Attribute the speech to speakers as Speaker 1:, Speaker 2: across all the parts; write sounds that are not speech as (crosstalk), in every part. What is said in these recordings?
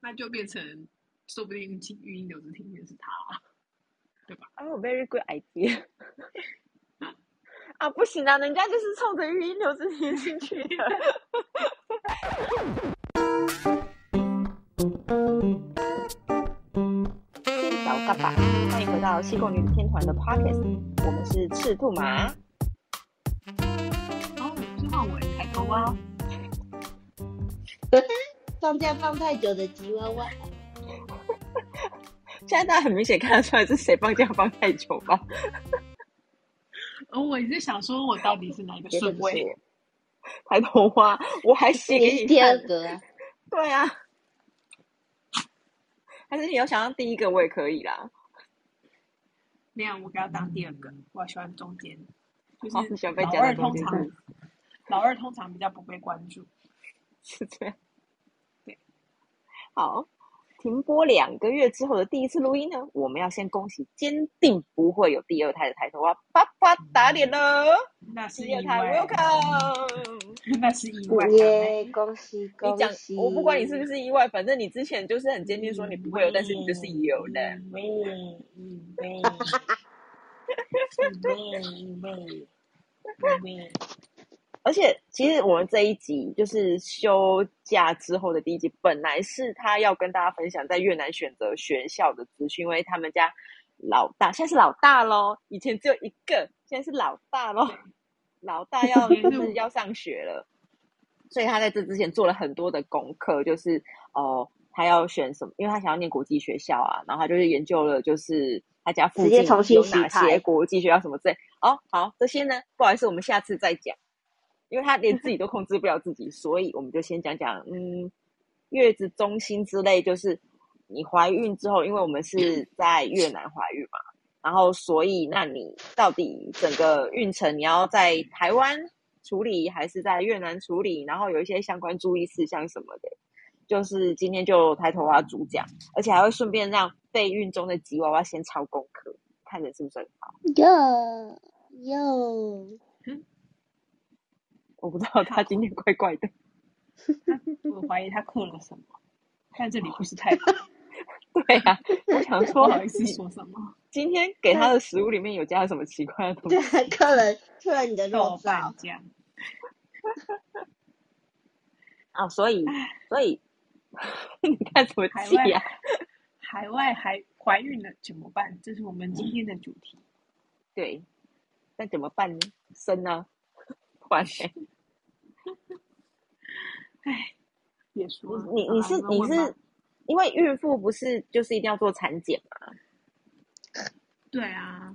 Speaker 1: 那就变成说不定听语音留着听也是他、啊，对吧？
Speaker 2: 哦、oh,，very good idea (laughs) 啊，不行啊，人家就是冲着语音留着听进去的。先找嘎巴，欢迎回到西贡女天团的 Pockets，我们是赤兔马。
Speaker 1: 哦，是换我开头啊。
Speaker 3: (laughs) 放假放太久的吉娃娃，
Speaker 2: 现在大家很明显看得出来是谁放假放太久吧？ (laughs)
Speaker 1: 而、哦、我一直想说，我到底是哪一个顺位？
Speaker 2: 抬头花，我还写给你
Speaker 3: 第二个、啊。
Speaker 2: 对啊，还是你有想要第一个，我也可以啦。
Speaker 1: 没有，我给要当第二个，我喜欢中间，就是
Speaker 2: 哦喜欢被
Speaker 1: 老二通常老二通常比较不被关注，
Speaker 2: 是这样。好，停播两个月之后的第一次录音呢，我们要先恭喜坚定不会有第二胎的抬头啊，啪啪打脸喽！
Speaker 1: 那是
Speaker 2: 第二胎，welcome，
Speaker 1: (laughs) 那是意外。啊
Speaker 3: 耶，恭喜
Speaker 2: 你
Speaker 3: 恭
Speaker 2: 讲，
Speaker 3: 喜！
Speaker 2: 我不管你是不是意外，反正你之前就是很坚定说你不会有，但是你就是有了。
Speaker 3: 喂喂喂喂喂！
Speaker 2: 而且，其实我们这一集就是休假之后的第一集，本来是他要跟大家分享在越南选择学校的资讯，因为他们家老大现在是老大喽，以前只有一个，现在是老大喽，老大要就是要上学了，所以他在这之前做了很多的功课，就是哦、呃，他要选什么，因为他想要念国际学校啊，然后他就是研究了，就是他家附近有哪些国际学校什么之类。哦，好，这些呢，不好意思，我们下次再讲。因为他连自己都控制不了自己，所以我们就先讲讲，嗯，月子中心之类，就是你怀孕之后，因为我们是在越南怀孕嘛，然后所以那你到底整个孕程你要在台湾处理还是在越南处理？然后有一些相关注意事项什么的，就是今天就抬头啊主讲，而且还会顺便让备孕中的吉娃娃先抄功课，看着是不是很好？
Speaker 3: 哟哟。 (laughs)
Speaker 2: 我不知道他今天怪怪的， (laughs)
Speaker 1: 我怀疑他困了什么，但这里不是 (laughs) 太好。
Speaker 2: 对啊，我想说，
Speaker 1: 不好意思说什 (laughs) 么。
Speaker 2: 今天给他的食物里面有加了什么奇怪的东
Speaker 3: 西？对，客人吃了你的肉燥
Speaker 1: 酱。
Speaker 2: 啊哦，
Speaker 1: (laughs)
Speaker 2: 所以，所以你看什么气呀、啊？
Speaker 1: 海外还怀孕了怎么办？这是我们今天的主题。
Speaker 2: 对，那怎么办呢？生啊！换哎，
Speaker 1: 哎，别说啊
Speaker 2: 你你是
Speaker 1: 哦
Speaker 2: 你是，因为孕妇不是就是一定要做产检吗？
Speaker 1: 对啊，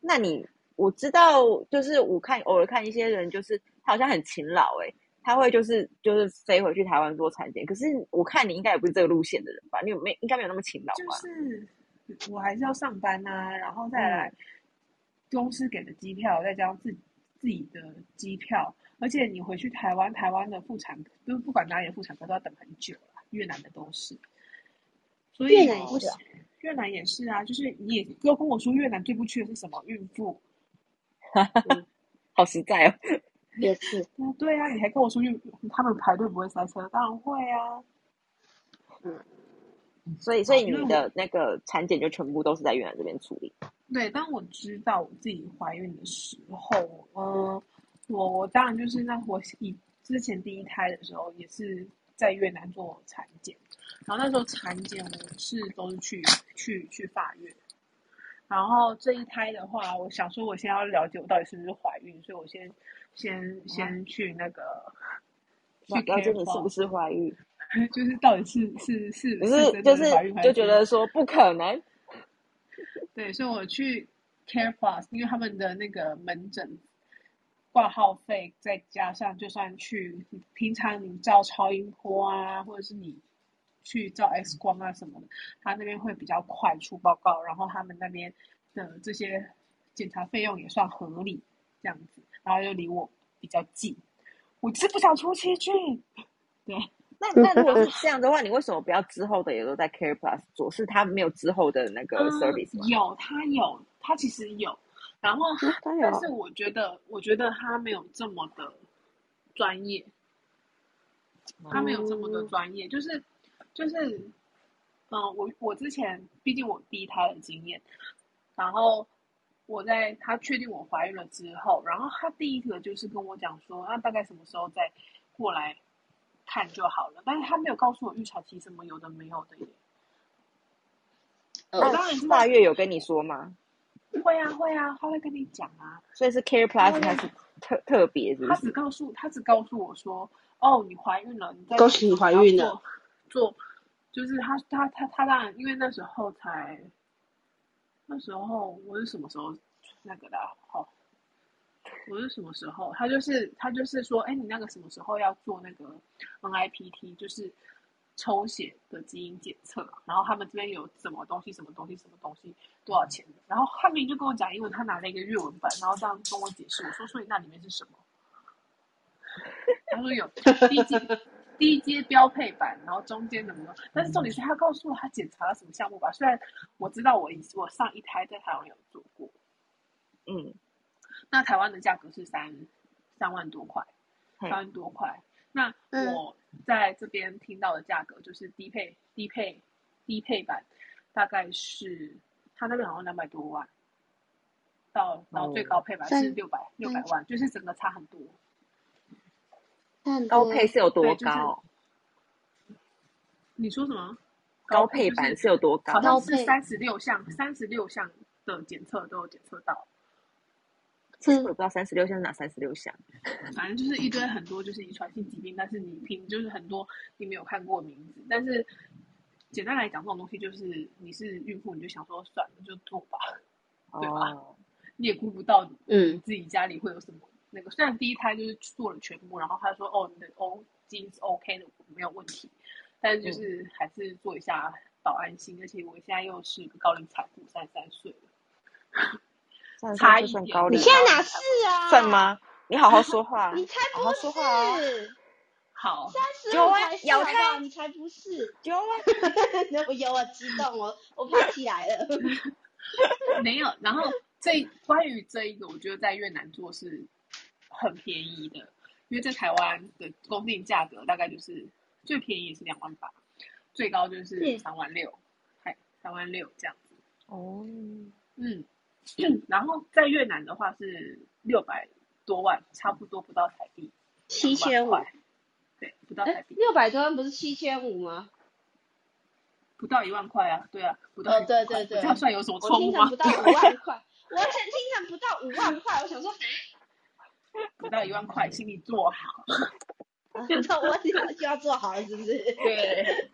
Speaker 2: 那你我知道，就是我看偶尔看一些人，就是他好像很勤劳哎、欸，他会就是就是飞回去台湾做产检。可是我看你应该也不是这个路线的人吧？你有没应该没有那么勤劳
Speaker 1: 吧？就是我还是要上班呐、啊，然后再
Speaker 2: 嗯
Speaker 1: 来公司给的机票，再加上自己。自己的机票，而且你回去台湾，台湾的妇产就是不管哪里的妇产科都要等很久了，越南的都是。所以
Speaker 3: 越南也是、啊，
Speaker 1: 越南也是啊，就是你也又跟我说越南最不缺的是什么孕妇， (laughs)
Speaker 2: 嗯、好实在哦。
Speaker 3: (laughs) 也是。
Speaker 1: 啊，对啊，你还跟我说孕他们排队不会塞车，当然会啊。
Speaker 2: 嗯。所以，所以你的那个产检就全部都是在越南这边处理。
Speaker 1: 对，当我知道我自己怀孕的时候，嗯，我我当然就是那我以之前第一胎的时候也是在越南做产检，然后那时候产检我是都是去去去法院，然后这一胎的话，我想说我先要了解我到底是不是怀孕，所以我先
Speaker 2: 啊
Speaker 1: 先先去那个去
Speaker 2: 了解你是不是怀孕，
Speaker 1: (laughs) 就是到底是是是
Speaker 2: 不是就是就觉得说不可能。
Speaker 1: 对，所以我去 Care Plus，因为他们的那个门诊挂号费，再加上就算去平常你照超音波啊，或者是你去照 X 光啊什么的，他那边会比较快出报告，然后他们那边的这些检查费用也算合理，这样子，然后又离我比较近，我就是不想出去去。对，
Speaker 2: 那那如果是这样的话，你为什么不要之后的也都在 Care Plus 做？是他没有之后的那个 service 吗？
Speaker 1: 嗯、有，他有，他其实有。然后，
Speaker 2: 嗯、
Speaker 3: 啊
Speaker 1: 但是我觉得，我觉得他没有这么的专业，他没有这么的专业，就是就是嗯，我我之前毕竟我逼胎的经验，然后我在她确定我怀孕了之后，然后她第一个就是跟我讲说，啊那大概什么时候再过来看就好了，但是她没有告诉我预产期什么有的没有的耶。
Speaker 2: 那
Speaker 1: 我当然知道
Speaker 2: 大月有跟你说吗？
Speaker 1: 会啊会啊，她会跟你讲啊，
Speaker 2: 所以是
Speaker 1: 嗯
Speaker 2: Care Plus 还是特特别？是不
Speaker 1: 她只
Speaker 2: 是？
Speaker 1: 告诉她只告诉我说，哦，你怀孕了，你在
Speaker 3: 恭喜你怀孕了，
Speaker 1: 做做就是她她她她当然因为那时候才，那时候我是什么时候那个的啊？好，我是什么时候？她就是她就是说，哎，你那个什么时候要做那个 NIPT，就是抽血的基因检测，啊然后他们这边有什么东西什么东西什么东西多少钱的，然后他明就跟我讲英文，他拿了一个日文本，然后这样跟我解释，我说所以那里面是什么？他说有低阶低阶标配版，然后中间怎么了？但是重点是他告诉我他检查了什么项目吧。虽然我知道我以我上一胎在台湾有做过，
Speaker 2: 嗯，
Speaker 1: 那台湾的价格是三三万多块，三
Speaker 2: 嗯
Speaker 1: 万多块。那
Speaker 3: 嗯
Speaker 1: 我在这边听到的价格就是低配低配低配版，大概是他那边好像两百多万，到然后
Speaker 2: 哦
Speaker 1: 最高配版是
Speaker 3: 嗯
Speaker 1: 六百六百万，就是整个差很多。
Speaker 3: 看
Speaker 2: 高
Speaker 3: 多
Speaker 2: 配是有多
Speaker 1: 对就是
Speaker 2: 高？
Speaker 1: 你说什么？
Speaker 2: 高配版
Speaker 1: 就是
Speaker 2: 有多高
Speaker 1: 好？像
Speaker 3: 高
Speaker 1: 是
Speaker 3: 配
Speaker 1: 三十六项，三十六项的检测都有检测到，
Speaker 2: 我
Speaker 3: 嗯
Speaker 2: 不知道三十六项是哪三十六项。
Speaker 1: 反正就是一堆很多就是遗传性疾病，但是你拼就是很多你没有看过的名字，但是简单来讲，这种东西就是你是孕妇，你就想说算了就做吧，对吧
Speaker 2: 哦，
Speaker 1: 你也估不到
Speaker 3: 嗯
Speaker 1: 自己家里会有什么那个。虽然第一胎就是做了全部，然后他说哦你的 O 基因是 OK 的，没有问题，但是就是还是做一下保安心，而且我现在又是个高龄产妇，三十三岁了。
Speaker 2: 这样
Speaker 1: 差
Speaker 2: 就
Speaker 1: 一
Speaker 2: 算
Speaker 1: 点
Speaker 2: 高
Speaker 3: 你
Speaker 2: 龄
Speaker 3: 现
Speaker 2: 了
Speaker 3: 在哪是啊？
Speaker 2: 算？吗？你好好
Speaker 1: (laughs)
Speaker 2: 说话。
Speaker 3: 你才
Speaker 2: 好好
Speaker 3: 不
Speaker 2: 说话啊
Speaker 3: 是，
Speaker 1: 好，
Speaker 3: 三十
Speaker 2: 有
Speaker 3: 五
Speaker 2: 啊
Speaker 3: 才是
Speaker 2: 咬
Speaker 3: 好不
Speaker 2: 他
Speaker 3: 好？你才不是， (laughs)
Speaker 2: 有啊，
Speaker 3: 我有我激动，我我爬起来 (laughs) 了。
Speaker 1: 没有。然后这关于这一个，我觉得在越南做是很便宜的，因为在台湾的公定价格大概就是最便宜也是两万八，最高就是
Speaker 3: 嗯
Speaker 1: 三万六，还三万六这样子。
Speaker 2: 哦，
Speaker 1: 嗯，然后在越南的话是六百多万，差不多不到台币
Speaker 3: 七
Speaker 1: 2
Speaker 3: 千
Speaker 1: 万
Speaker 3: 五，
Speaker 1: 块对，不到台
Speaker 3: 哎，
Speaker 1: 币，
Speaker 3: 六百多万不是七千五吗？
Speaker 1: 不到一万块啊，对啊，不到
Speaker 3: 哦
Speaker 1: 一万
Speaker 3: 对对
Speaker 1: 块
Speaker 3: 对
Speaker 1: 这样算有什么
Speaker 3: 我
Speaker 1: 错
Speaker 3: 经
Speaker 1: 误
Speaker 3: 常
Speaker 1: 吗
Speaker 3: 不？到五万块，我经常不到五万块，我想说，
Speaker 1: 不到一万块，请你做好。
Speaker 3: 啊那我我就要做好了，是不是？
Speaker 1: 对，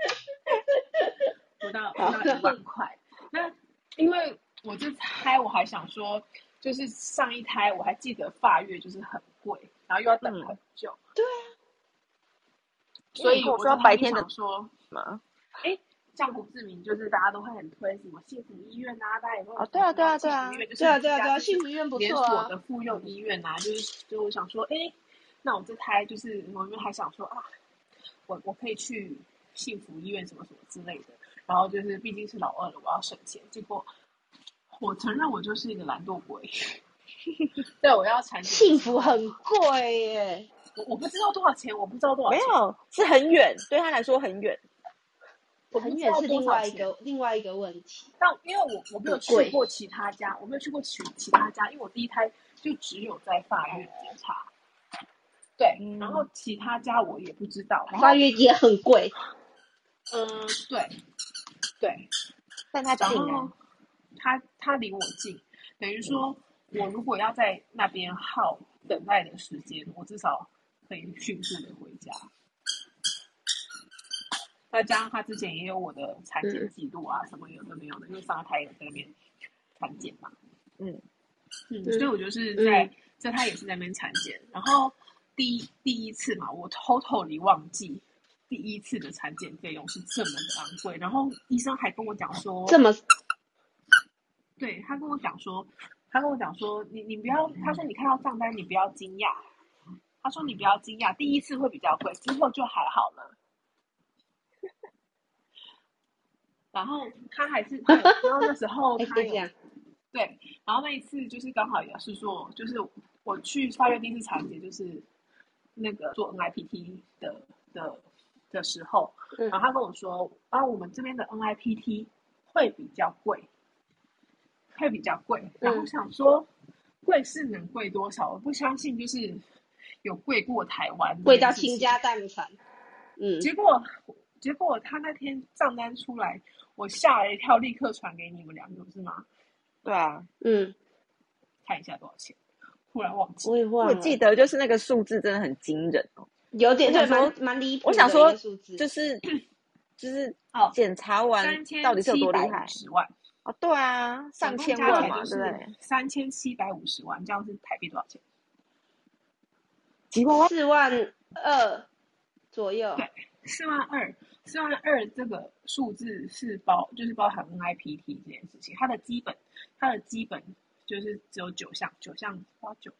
Speaker 1: 不到不
Speaker 3: 好
Speaker 1: 到一万块。那因为我这胎我还想说，就是上一胎我还记得发月就是很贵，然后又要等
Speaker 2: 嗯
Speaker 1: 很久，
Speaker 2: 啊
Speaker 1: 所以
Speaker 2: 我
Speaker 1: 我
Speaker 2: 说
Speaker 1: 当
Speaker 2: 白
Speaker 1: 时
Speaker 2: 天的
Speaker 1: 想说，
Speaker 2: 嘛。
Speaker 1: 像古志明就是大家都会很推什么幸福医院啊，大家也会
Speaker 2: 哦对啊对啊对啊
Speaker 1: 幸福医院就是
Speaker 3: 对啊，对啊，对啊，
Speaker 1: 就是
Speaker 3: 幸福医院不
Speaker 1: 连
Speaker 3: 错
Speaker 1: 锁
Speaker 3: 啊。
Speaker 1: 的妇幼医院啊，就是就我想说，哎、那我这胎就是我们还想说啊，我我可以去幸福医院什么什么之类的，然后就是毕竟是老二了，我要省钱。结果我承认我就是一个懒惰鬼， (laughs) 对，我要产检
Speaker 3: 幸福很贵耶，
Speaker 1: 我我不知道多少钱，我不知道多少
Speaker 2: (laughs) 没
Speaker 1: 钱，
Speaker 2: 有，是很远，对他来说很远。
Speaker 1: 我不
Speaker 3: 很
Speaker 1: 知
Speaker 3: 远
Speaker 1: 道
Speaker 3: 是
Speaker 1: 多
Speaker 3: 另
Speaker 1: 少
Speaker 3: 外一
Speaker 1: 钱。
Speaker 3: 个另外一个问题。
Speaker 1: 但因为我我没有去
Speaker 3: 贵
Speaker 1: 过其他家，我没有去过其其他家，因为我第一胎就只有在法院检查，对，
Speaker 2: 嗯
Speaker 1: 然后其他家我也不知道。然后
Speaker 3: 花月也很贵，
Speaker 1: 嗯、对对，
Speaker 2: 但他近
Speaker 1: 然后
Speaker 2: 啊，
Speaker 1: 他他离我近，等于说我如果要在那边耗等待的时间，我至少可以迅速的回家。再加上他之前也有我的产检记录啊，什么有的没有的，因为上他也有在那边产检嘛。
Speaker 2: 嗯
Speaker 1: 嗯，
Speaker 3: 嗯
Speaker 1: 所以我就是在、
Speaker 3: 嗯
Speaker 1: 在他也是在那边产检，然后第一第一次嘛，我 totally 忘记第一次的产检费用是这么的昂贵，然后医生还跟我讲说，
Speaker 3: 这么
Speaker 1: 对他跟我讲说，他跟我讲说，你你不要，他说你看到账单你不要惊讶，他说你不要惊讶，第一次会比较贵，之后就还好了。然后他还是，对然后那时
Speaker 3: (laughs)
Speaker 1: 候
Speaker 3: 还
Speaker 1: 他
Speaker 3: 可以
Speaker 1: 有
Speaker 3: 哎这样，
Speaker 1: 对，然后那一次就是刚好也是说，就是我去发月第一次产检，就是那个做 NIPT 的的的时候，
Speaker 3: 嗯
Speaker 1: 然后他跟我说啊，我们这边的 NIPT 会比较贵，会比较贵。然
Speaker 2: 嗯
Speaker 1: 后想说，贵是能贵多少？我不相信就是有贵过台湾，
Speaker 3: 贵到倾。家荡产。嗯，
Speaker 1: 结果结果他那天账单出来，我吓了一跳，立刻传给你们两个，不是吗？
Speaker 2: 对啊，
Speaker 3: 嗯，
Speaker 1: 看一下多少钱，忽然忘记。
Speaker 3: 我也忘
Speaker 2: 我
Speaker 3: 了，
Speaker 2: 记得就是那个数字真的很惊人哦，
Speaker 3: 有点
Speaker 2: 我
Speaker 3: 对，
Speaker 2: 想说
Speaker 3: 蛮蛮离谱
Speaker 2: 我
Speaker 3: 的
Speaker 2: 想
Speaker 3: 一
Speaker 2: 说
Speaker 3: 个数字，
Speaker 2: 就是
Speaker 1: (coughs)
Speaker 2: 就是
Speaker 1: 哦，
Speaker 2: 检查完
Speaker 1: 三千
Speaker 2: 到底是有
Speaker 1: 七
Speaker 2: 多
Speaker 1: 百
Speaker 2: 厉
Speaker 1: 五
Speaker 2: 害
Speaker 1: 十万，
Speaker 2: 哦，对啊，上千万嘛，对不对？
Speaker 1: 三千七百五十万，这样是台币多少钱？
Speaker 2: 吉娃娃
Speaker 3: 四万二左右。
Speaker 1: 对四万二，四万二这个数字是包，就是包含 NIPT 这件事情，它的基本，它的基本就是只有九项，九项包九，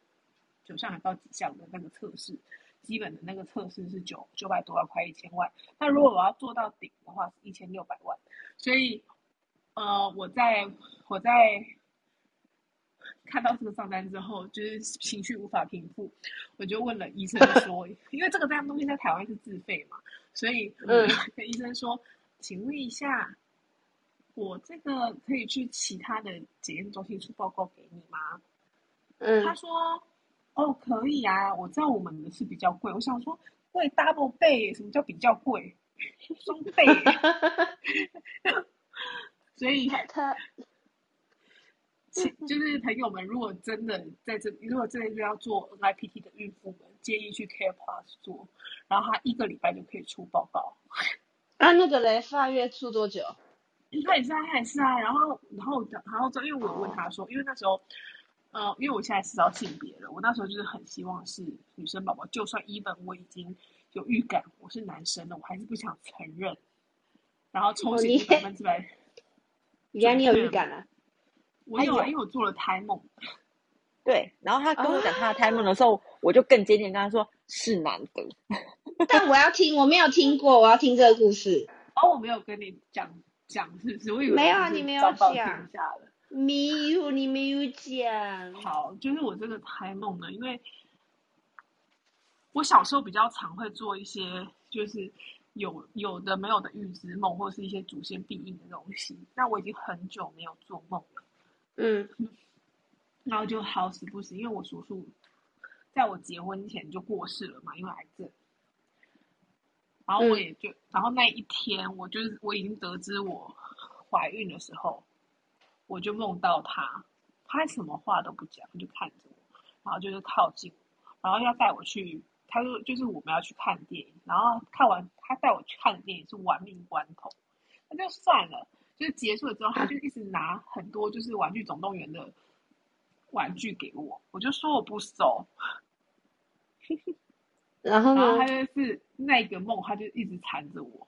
Speaker 1: 九项还包几项的那个测试，基本的那个测试是九九百多万，快一千万。那如果我要做到顶的话，是一千六百万。所以，呃，我在我在看到这个账单之后，就是情绪无法平复，我就问了医生说， (laughs) 因为这个这样东西在台湾是自费嘛，所以
Speaker 3: 嗯
Speaker 1: 嗯，跟医生说，请问一下，我这个可以去其他的检验中心去报告给你吗？
Speaker 3: 嗯
Speaker 1: 他，说：“哦，可以啊，我知道我们的是比较贵。”我想说，贵 double 倍耶，什么叫比较贵？双倍耶。所以，
Speaker 3: 他
Speaker 1: 其就是朋友们，如果真的在这，如果真的要做 NIPT 的孕妇们，建议去 Care Plus 做，然后他一个礼拜就可以出报告。
Speaker 3: 啊那个嘞，发月出多久？
Speaker 1: 他也是啊，他也是啊。然后，然后，然后之后，因为我有问他说，因为那时候，呃，因为我现在知道性别了，我那时候就是很希望是女生宝宝，就算 even 我已经有预感我是男生了，我还是不想承认。然后抽
Speaker 3: 哦
Speaker 1: 血
Speaker 3: 你
Speaker 1: 是百分之百，
Speaker 3: (laughs) 原来你有预感啊？
Speaker 1: 我有啊，
Speaker 2: 哎呦
Speaker 1: 因为我做了胎梦，
Speaker 2: 对，然后他跟我讲他的胎梦的时候，我就更坚定地跟他说是男的，
Speaker 3: 但我要听，我没有听过，我要听这个故事。
Speaker 1: 哦，我没有跟你讲讲是不是？我以为
Speaker 3: 没有啊
Speaker 1: 就是
Speaker 3: 你没有
Speaker 1: 早早
Speaker 3: 讲
Speaker 1: 听一下了。
Speaker 3: 没有，你没有讲。
Speaker 1: 好，就是我这个胎梦呢，因为我小时候比较常会做一些就是有有的没有的预知梦，或是一些祖先必应的东西。那我已经很久没有做梦了，
Speaker 3: 嗯
Speaker 1: 然后就好死不死，因为我叔叔在我结婚前就过世了嘛，因为癌症。然后我也就，然后那一天，我就是我已经得知我怀孕的时候，我就梦到他，他什么话都不讲，就看着我，然后就是靠近我，然后要带我去，他说就是我们要去看电影，然后看完他带我去看的电影是《玩命关头》，那就算了，就是结束了之后，他就一直拿很多就是《玩具总动员》的玩具给我，我就说我不收，
Speaker 3: 然后
Speaker 1: 然后他
Speaker 3: 呢？
Speaker 1: 就是那个梦，他就一直缠着我。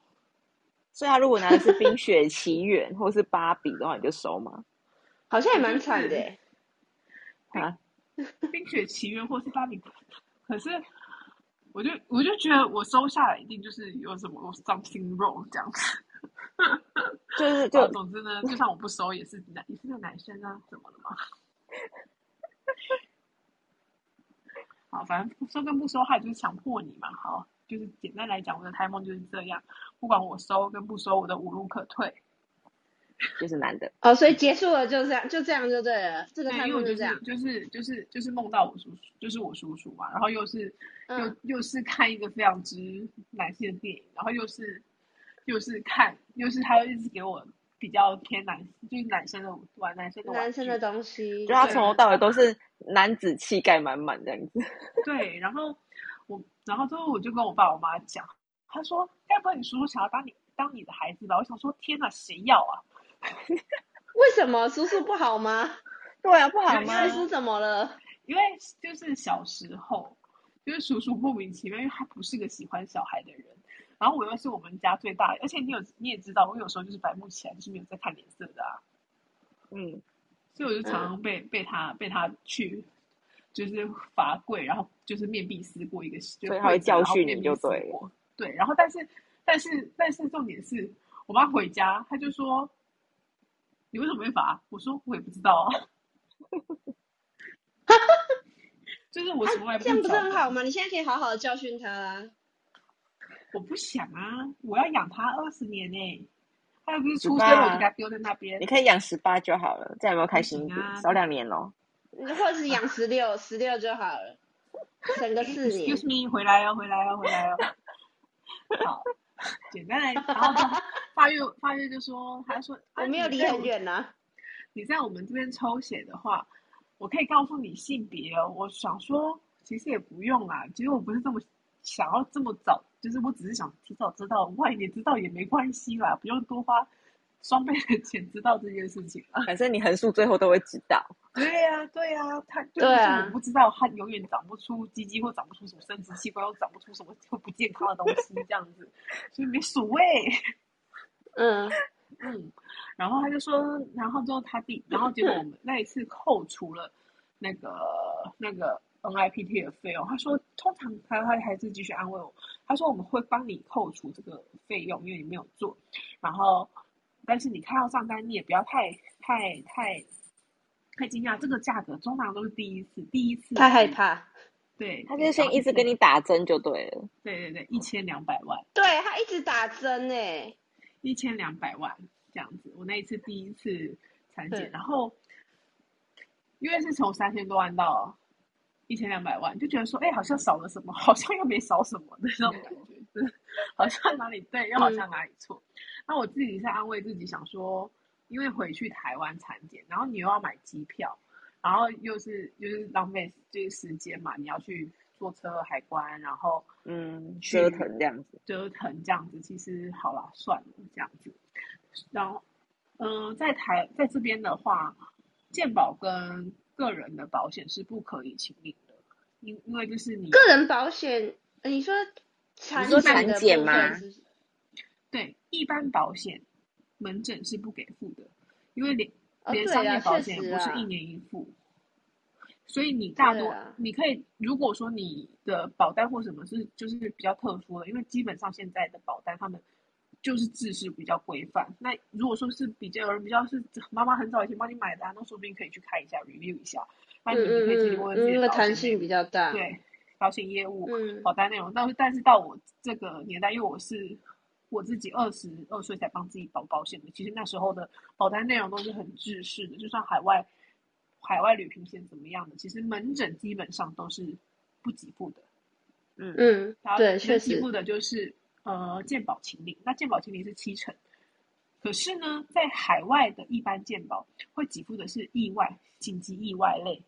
Speaker 2: 所以他如果拿的是《冰雪奇缘》或是《芭比》的话，你就收嘛。
Speaker 3: 好像也蛮惨的欸。
Speaker 2: 啊，
Speaker 1: 《冰雪奇缘》或是芭比，可是我就我就觉得我收下来一定就是有什么 something wrong 这样子。
Speaker 2: 就是就
Speaker 1: 就总之呢，就算我不收也是男也是个男生啊，怎么了嘛？ (laughs) 好，反正收跟不收，他就是强迫你嘛。好，就是简单来讲，我的胎梦就是这样，不管我收跟不收，我都无路可退。
Speaker 2: 就是男的，
Speaker 3: 哦，所以结束了就这样，就这样就对了。这个
Speaker 1: 对，
Speaker 3: 他
Speaker 1: 因为我就
Speaker 3: 们就这
Speaker 1: 是
Speaker 3: 样。
Speaker 1: 就是就是就是梦到我叔叔，就是我叔叔嘛，然后又是
Speaker 3: 嗯，
Speaker 1: 又又是看一个非常之男性的电影，然后又是又是看，又是他又一直给我比较偏男，就是男生的玩男生的玩具
Speaker 3: 男生的东西。
Speaker 2: 就他从头到尾都是男子气概满满这样子。
Speaker 1: 对，然后我然后之后我就跟我爸我妈讲，他说该不会你叔叔想要当你当你的孩子吧？我想说天哪，谁要啊？
Speaker 3: 为什么叔叔不好吗？
Speaker 2: 对啊，不好
Speaker 1: 有
Speaker 2: 吗？
Speaker 1: 啊
Speaker 3: 叔叔怎么了？
Speaker 1: 因为就是小时候，就是叔叔莫名其妙，因为他不是个喜欢小孩的人，然后我又是我们家最大的，而且你有你也知道，我有时候就是白目起来，就是没有在看脸色的啊，
Speaker 2: 嗯，
Speaker 1: 所以我就常常被、被他被他去就是罚跪，然后就是面壁思过一个，所
Speaker 2: 所以他会教训你就对了
Speaker 1: 对，然后但是但是但是重点是我妈回家，她就说你为什么会罚？我说我也不知道啊。 (laughs) 就是我从来
Speaker 3: 这样不是
Speaker 1: 晓得
Speaker 3: 很好吗？你现在可以好好的教训他啦。
Speaker 1: 我不想啊，我要养它二十年呢、它又不是出
Speaker 2: 怎
Speaker 1: 生
Speaker 2: 么办
Speaker 1: 我就给它丢在那边
Speaker 2: 你。可以养十八就好了，这样有没有开心一点
Speaker 1: 不行？啊
Speaker 2: 少两年哦。
Speaker 3: 或者是养十六，十六就好了，省个四年
Speaker 1: Excuse。me，回来哦，回来哦，回
Speaker 3: (laughs)
Speaker 1: 来哦。好，简单来，然
Speaker 3: (laughs)
Speaker 1: 后他发育发育就说，他说、啊
Speaker 3: 我没有离很。远啊呐、
Speaker 1: 你在我们你在我们这边抽血的话，我可以告诉你性别哦。我想说，其实也不用啦，其实我不是这么想要这么早，就是我只是想提早知道，万一你知道也没关系啦，不用多花双倍的钱知道这件事情啊。
Speaker 2: 反正你横竖最后都会知道。
Speaker 1: (laughs) 对呀、对呀、他就
Speaker 3: 对
Speaker 1: 是
Speaker 3: 啊
Speaker 1: 我不知道，他永远长不出鸡鸡，或长不出什么生殖器官，又长不出什么不健康的东西，这样子，所以没所谓。
Speaker 3: 嗯，
Speaker 1: 嗯，然后他就说，然后之后他弟，然后结果我们那一次扣除了那个那个 NIPT 的费用，他说通常他他还是继续安慰我，他说我们会帮你扣除这个费用，因为你没有做，然后但是你看到账单你也不要太太太太惊讶，这个价格通常都是第一次，第一次
Speaker 3: 太害，怕。
Speaker 1: 对，
Speaker 2: 他就先一直跟
Speaker 1: 你，
Speaker 2: 你打针就对了。
Speaker 1: 对对对，一千两百万，
Speaker 3: 对他一直打针欸呢、
Speaker 1: 一千两百万这样子。我那一次第一次产
Speaker 3: 对
Speaker 1: 检，然后因为是从三千多万到一千两百万，就觉得说，哎、好像少了什么，好像又没少什么的那种感觉，就是 (laughs) 好像哪里对，又好像哪里错。那、我自己是安慰自己，想说，因为回去台湾产检，然后你又要买机票，然后又是就是浪费就是时间嘛，你要去坐车海关，然后。
Speaker 2: 嗯，
Speaker 1: 去
Speaker 2: 折腾这样子。
Speaker 1: 折腾这样子，其实好啦，算了这样子。然后，嗯、在台在这边的话，健保跟个人的保险是不可以请领的，因因为就是你
Speaker 3: 个人保险，呃你说产
Speaker 2: 你说
Speaker 3: 险的
Speaker 2: 产检
Speaker 3: 部
Speaker 2: 吗
Speaker 3: 分是不是
Speaker 1: 对一般保险门诊是不给付的，因为连、
Speaker 3: 哦
Speaker 1: 连
Speaker 3: 对
Speaker 1: 商
Speaker 3: 啊
Speaker 1: 业保
Speaker 3: 确
Speaker 1: 险
Speaker 3: 实
Speaker 1: 不是
Speaker 3: 啊
Speaker 1: 一年一付，所以你大
Speaker 3: 对
Speaker 1: 多、
Speaker 3: 啊
Speaker 1: 你可以如果说你的保单或什么是就是比较特殊的，因为基本上现在的保单他们就是制式比较规范。那如果说是比较有人比较是妈妈很早以前帮你买的、啊，那说不定可以去看一下 review 一下，那你
Speaker 3: 嗯
Speaker 1: 们可以自己
Speaker 3: 嗯
Speaker 1: 问
Speaker 3: 嗯，
Speaker 1: 自己
Speaker 3: 因
Speaker 1: 的
Speaker 3: 为
Speaker 1: 保
Speaker 3: 弹
Speaker 1: 险
Speaker 3: 性比较大。
Speaker 1: 对保险业务。
Speaker 3: 嗯，
Speaker 1: 保单内容。但是但是到我这个年代，因为我是我自己二十二岁才帮自己保保险的，其实那时候的保单内容都是很制式的，就算海外海外旅行险怎么样的，其实门诊基本上都是不给付的。
Speaker 2: 嗯，
Speaker 3: 嗯
Speaker 1: 然，后
Speaker 3: 对，
Speaker 1: 能
Speaker 3: 确
Speaker 1: 给
Speaker 3: 实
Speaker 1: 付，的就是呃健保秦领，那健保秦领是七成。可是呢，在海外的一般健保会给付的是意外、紧急意外类，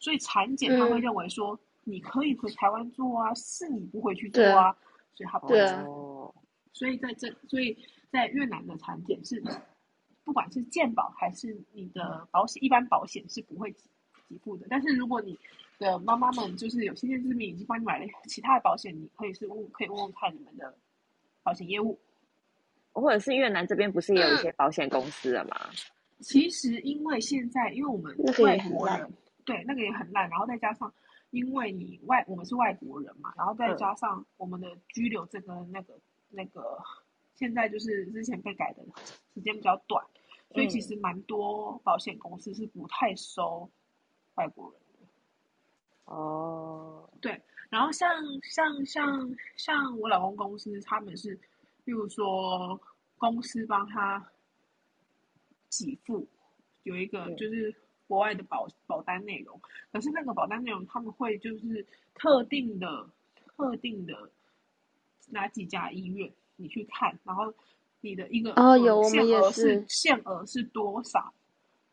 Speaker 1: 所以产检他会
Speaker 3: 嗯
Speaker 1: 认为说、你可以回台湾做啊，是你不回去做
Speaker 3: 对
Speaker 1: 啊，所以他不会
Speaker 3: 对啊
Speaker 2: 哦，
Speaker 1: 所以在这，所以在越南的产检是，不管是健保还是你的保险，一般保险是不会给给付的。但是如果你的妈妈们就是有先见之明，已经帮你买了其他的保险，你可以是问，可以问问看你们的保险业务。
Speaker 2: 或者是越南这边不是也有一些保险公司了吗？
Speaker 1: 其实因为现在，因为我们
Speaker 3: 那个也
Speaker 1: 外
Speaker 3: 很
Speaker 1: 国
Speaker 3: 烂
Speaker 1: 人，对那个也很烂，然后再加上因为你外我们是外国人嘛，然后再
Speaker 2: 嗯
Speaker 1: 加上我们的居留证跟那个那个，现在就是之前被改的时间比较短，所以其
Speaker 2: 嗯
Speaker 1: 实蛮多保险公司是不太收外国人。
Speaker 2: 哦，
Speaker 1: 然后像像像像我老公公司，他们是，例如说公司帮他给付有一个
Speaker 2: 嗯
Speaker 1: 就是国外的保保单内容，可是那个保单内容他们会就是特定的特定的哪几家医院你去看，然后你的一个
Speaker 3: 哦
Speaker 1: 呃
Speaker 3: 有我们
Speaker 1: 限
Speaker 3: 也
Speaker 1: 额
Speaker 3: 是
Speaker 1: 限额是多少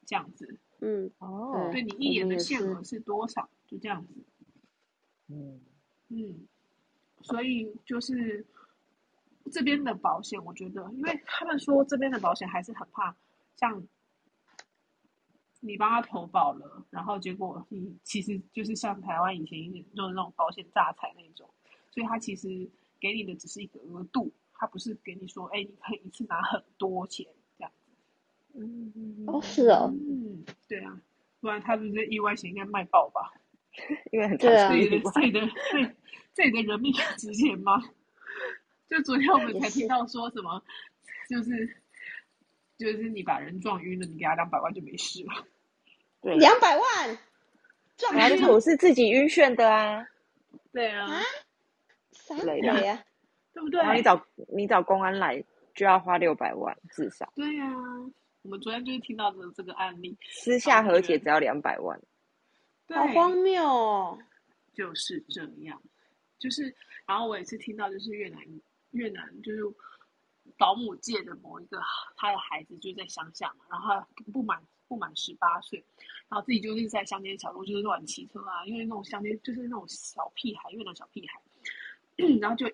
Speaker 1: 这样子，
Speaker 3: 嗯，
Speaker 2: 哦，
Speaker 1: 对你
Speaker 3: 我
Speaker 1: 一年
Speaker 3: 们
Speaker 1: 的
Speaker 3: 也
Speaker 1: 限
Speaker 3: 是
Speaker 1: 额是多少，就这样子。
Speaker 2: 嗯，
Speaker 1: 嗯，所以就是这边的保险，我觉得，因为他们说这边的保险还是很怕，像你帮他投保了，然后结果你其实就是像台湾以前就是那种保险诈财那种，所以他其实给你的只是一个额度，他不是给你说，哎，你可以一次拿很多钱这样。
Speaker 2: 嗯
Speaker 3: 哦，是哦，
Speaker 1: 嗯，对啊，不然他们这意外险应该卖爆吧？
Speaker 2: 因为很
Speaker 3: 对啊
Speaker 1: (laughs)
Speaker 2: 常
Speaker 1: 这
Speaker 2: 出
Speaker 1: 里
Speaker 2: 意
Speaker 1: 的
Speaker 2: 外
Speaker 1: 这里的这这里的人命值钱吗？ (laughs) 就昨天我们才
Speaker 3: 也是
Speaker 1: 听到说什么，就是就是你把人撞晕了，你给他两百万就没事了。
Speaker 2: 对，
Speaker 3: 两百万，撞
Speaker 2: 然后就
Speaker 3: 晕
Speaker 2: 是我是自己晕眩的啊，
Speaker 1: 对
Speaker 3: 啊
Speaker 1: 啊，，
Speaker 3: 啥
Speaker 2: 之类
Speaker 3: 鬼
Speaker 2: 的
Speaker 3: 呀？
Speaker 1: 对不对
Speaker 2: 然？后你找你找公安来就要花六百万至少，
Speaker 1: 对呀、我们昨天就是听到的这个案例，
Speaker 2: 私下和解
Speaker 1: 对
Speaker 2: 只要两百万。
Speaker 1: 对，
Speaker 3: 好荒谬哦！
Speaker 1: 就是这样，就是，然后我也是听到，就是越南越南就是保姆界的某一个他的孩子就在乡下嘛，然后他不满不满十八岁，然后自己就是在乡间小路就是乱骑车啊，因为那种乡间就是那种小屁孩，越南小屁孩， (clears throat) 然后就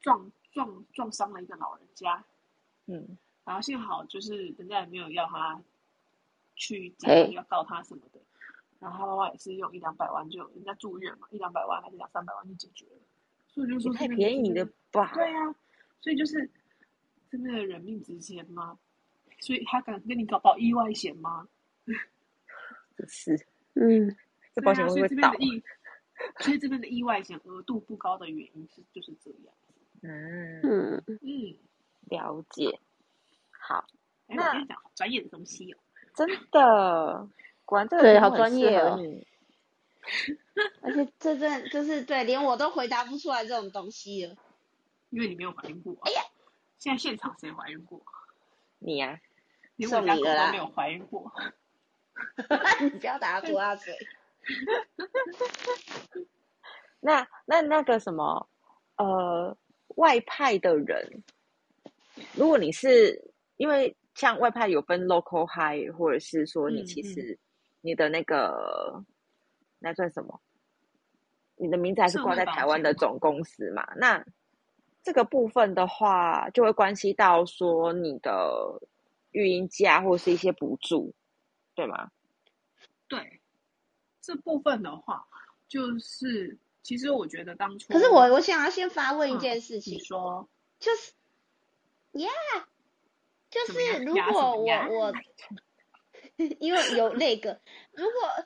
Speaker 1: 撞撞撞伤了一个老人家，
Speaker 2: 嗯，
Speaker 1: 然后幸好就是人家也没有要他去
Speaker 2: 哎
Speaker 1: 检举要告他什么的，然后他妈妈也是用一两百万就人家住院嘛，一两百万还是两三百万就解决了，所以我就
Speaker 2: 也
Speaker 1: 说
Speaker 2: 嗯太
Speaker 1: 这边
Speaker 2: 便宜了。吧？
Speaker 1: 对呀、所以就是真的人命值钱吗？所以他敢跟你搞保意外险吗？
Speaker 2: 是，
Speaker 3: 嗯，
Speaker 2: 这
Speaker 1: 对
Speaker 2: 保险
Speaker 1: 啊
Speaker 2: 公司
Speaker 1: 所以
Speaker 2: 会
Speaker 1: 这边
Speaker 2: 倒
Speaker 1: 的。意，所以这边的意外险额度不高的原因是就是这样。
Speaker 2: 嗯，
Speaker 3: 嗯，
Speaker 1: 嗯，
Speaker 2: 了解。好，
Speaker 1: 哎，
Speaker 2: 那
Speaker 1: 我跟你讲，好专业的东西哦。
Speaker 2: 真的，果然这个
Speaker 3: 对
Speaker 2: 题目
Speaker 3: 好
Speaker 2: 很
Speaker 3: 专
Speaker 2: 适
Speaker 3: 业
Speaker 2: 合
Speaker 3: 哦
Speaker 2: 你
Speaker 3: 而且这阵就是对，连我都回答不出来这种东西了。 (laughs)
Speaker 1: 因为你没有怀孕过、哎呀，现在现场谁怀孕过？
Speaker 2: 你啊呀、
Speaker 1: 连我
Speaker 3: 送
Speaker 1: 家
Speaker 3: 你
Speaker 1: 狗
Speaker 3: 了啦
Speaker 1: 都没有怀孕过。
Speaker 3: 你不要打他嘴巴嘴。
Speaker 2: 那那那个什么，呃，外派的人，如果你是因为像外派有分 local high，或者是说你
Speaker 1: 嗯
Speaker 2: 其
Speaker 1: 嗯
Speaker 2: 实你的那个、那算什么？你的名字还是
Speaker 1: 社
Speaker 2: 挂
Speaker 1: 会
Speaker 2: 在
Speaker 1: 保
Speaker 2: 台湾
Speaker 1: 险
Speaker 2: 的
Speaker 1: 吗
Speaker 2: 总公司嘛？那这个部分的话，就会关系到说你的育婴假或是一些补助，对吗？
Speaker 1: 对，这部分的话，就是其实我觉得当初，
Speaker 3: 可是我我想要先发问一
Speaker 1: 嗯
Speaker 3: 件事
Speaker 1: 你
Speaker 3: 情，
Speaker 1: 说
Speaker 3: 就是呀就
Speaker 1: 怎么样
Speaker 3: 是如
Speaker 1: 压什
Speaker 3: 果
Speaker 1: 么
Speaker 3: 我
Speaker 1: 压
Speaker 3: 我因为有那个，如果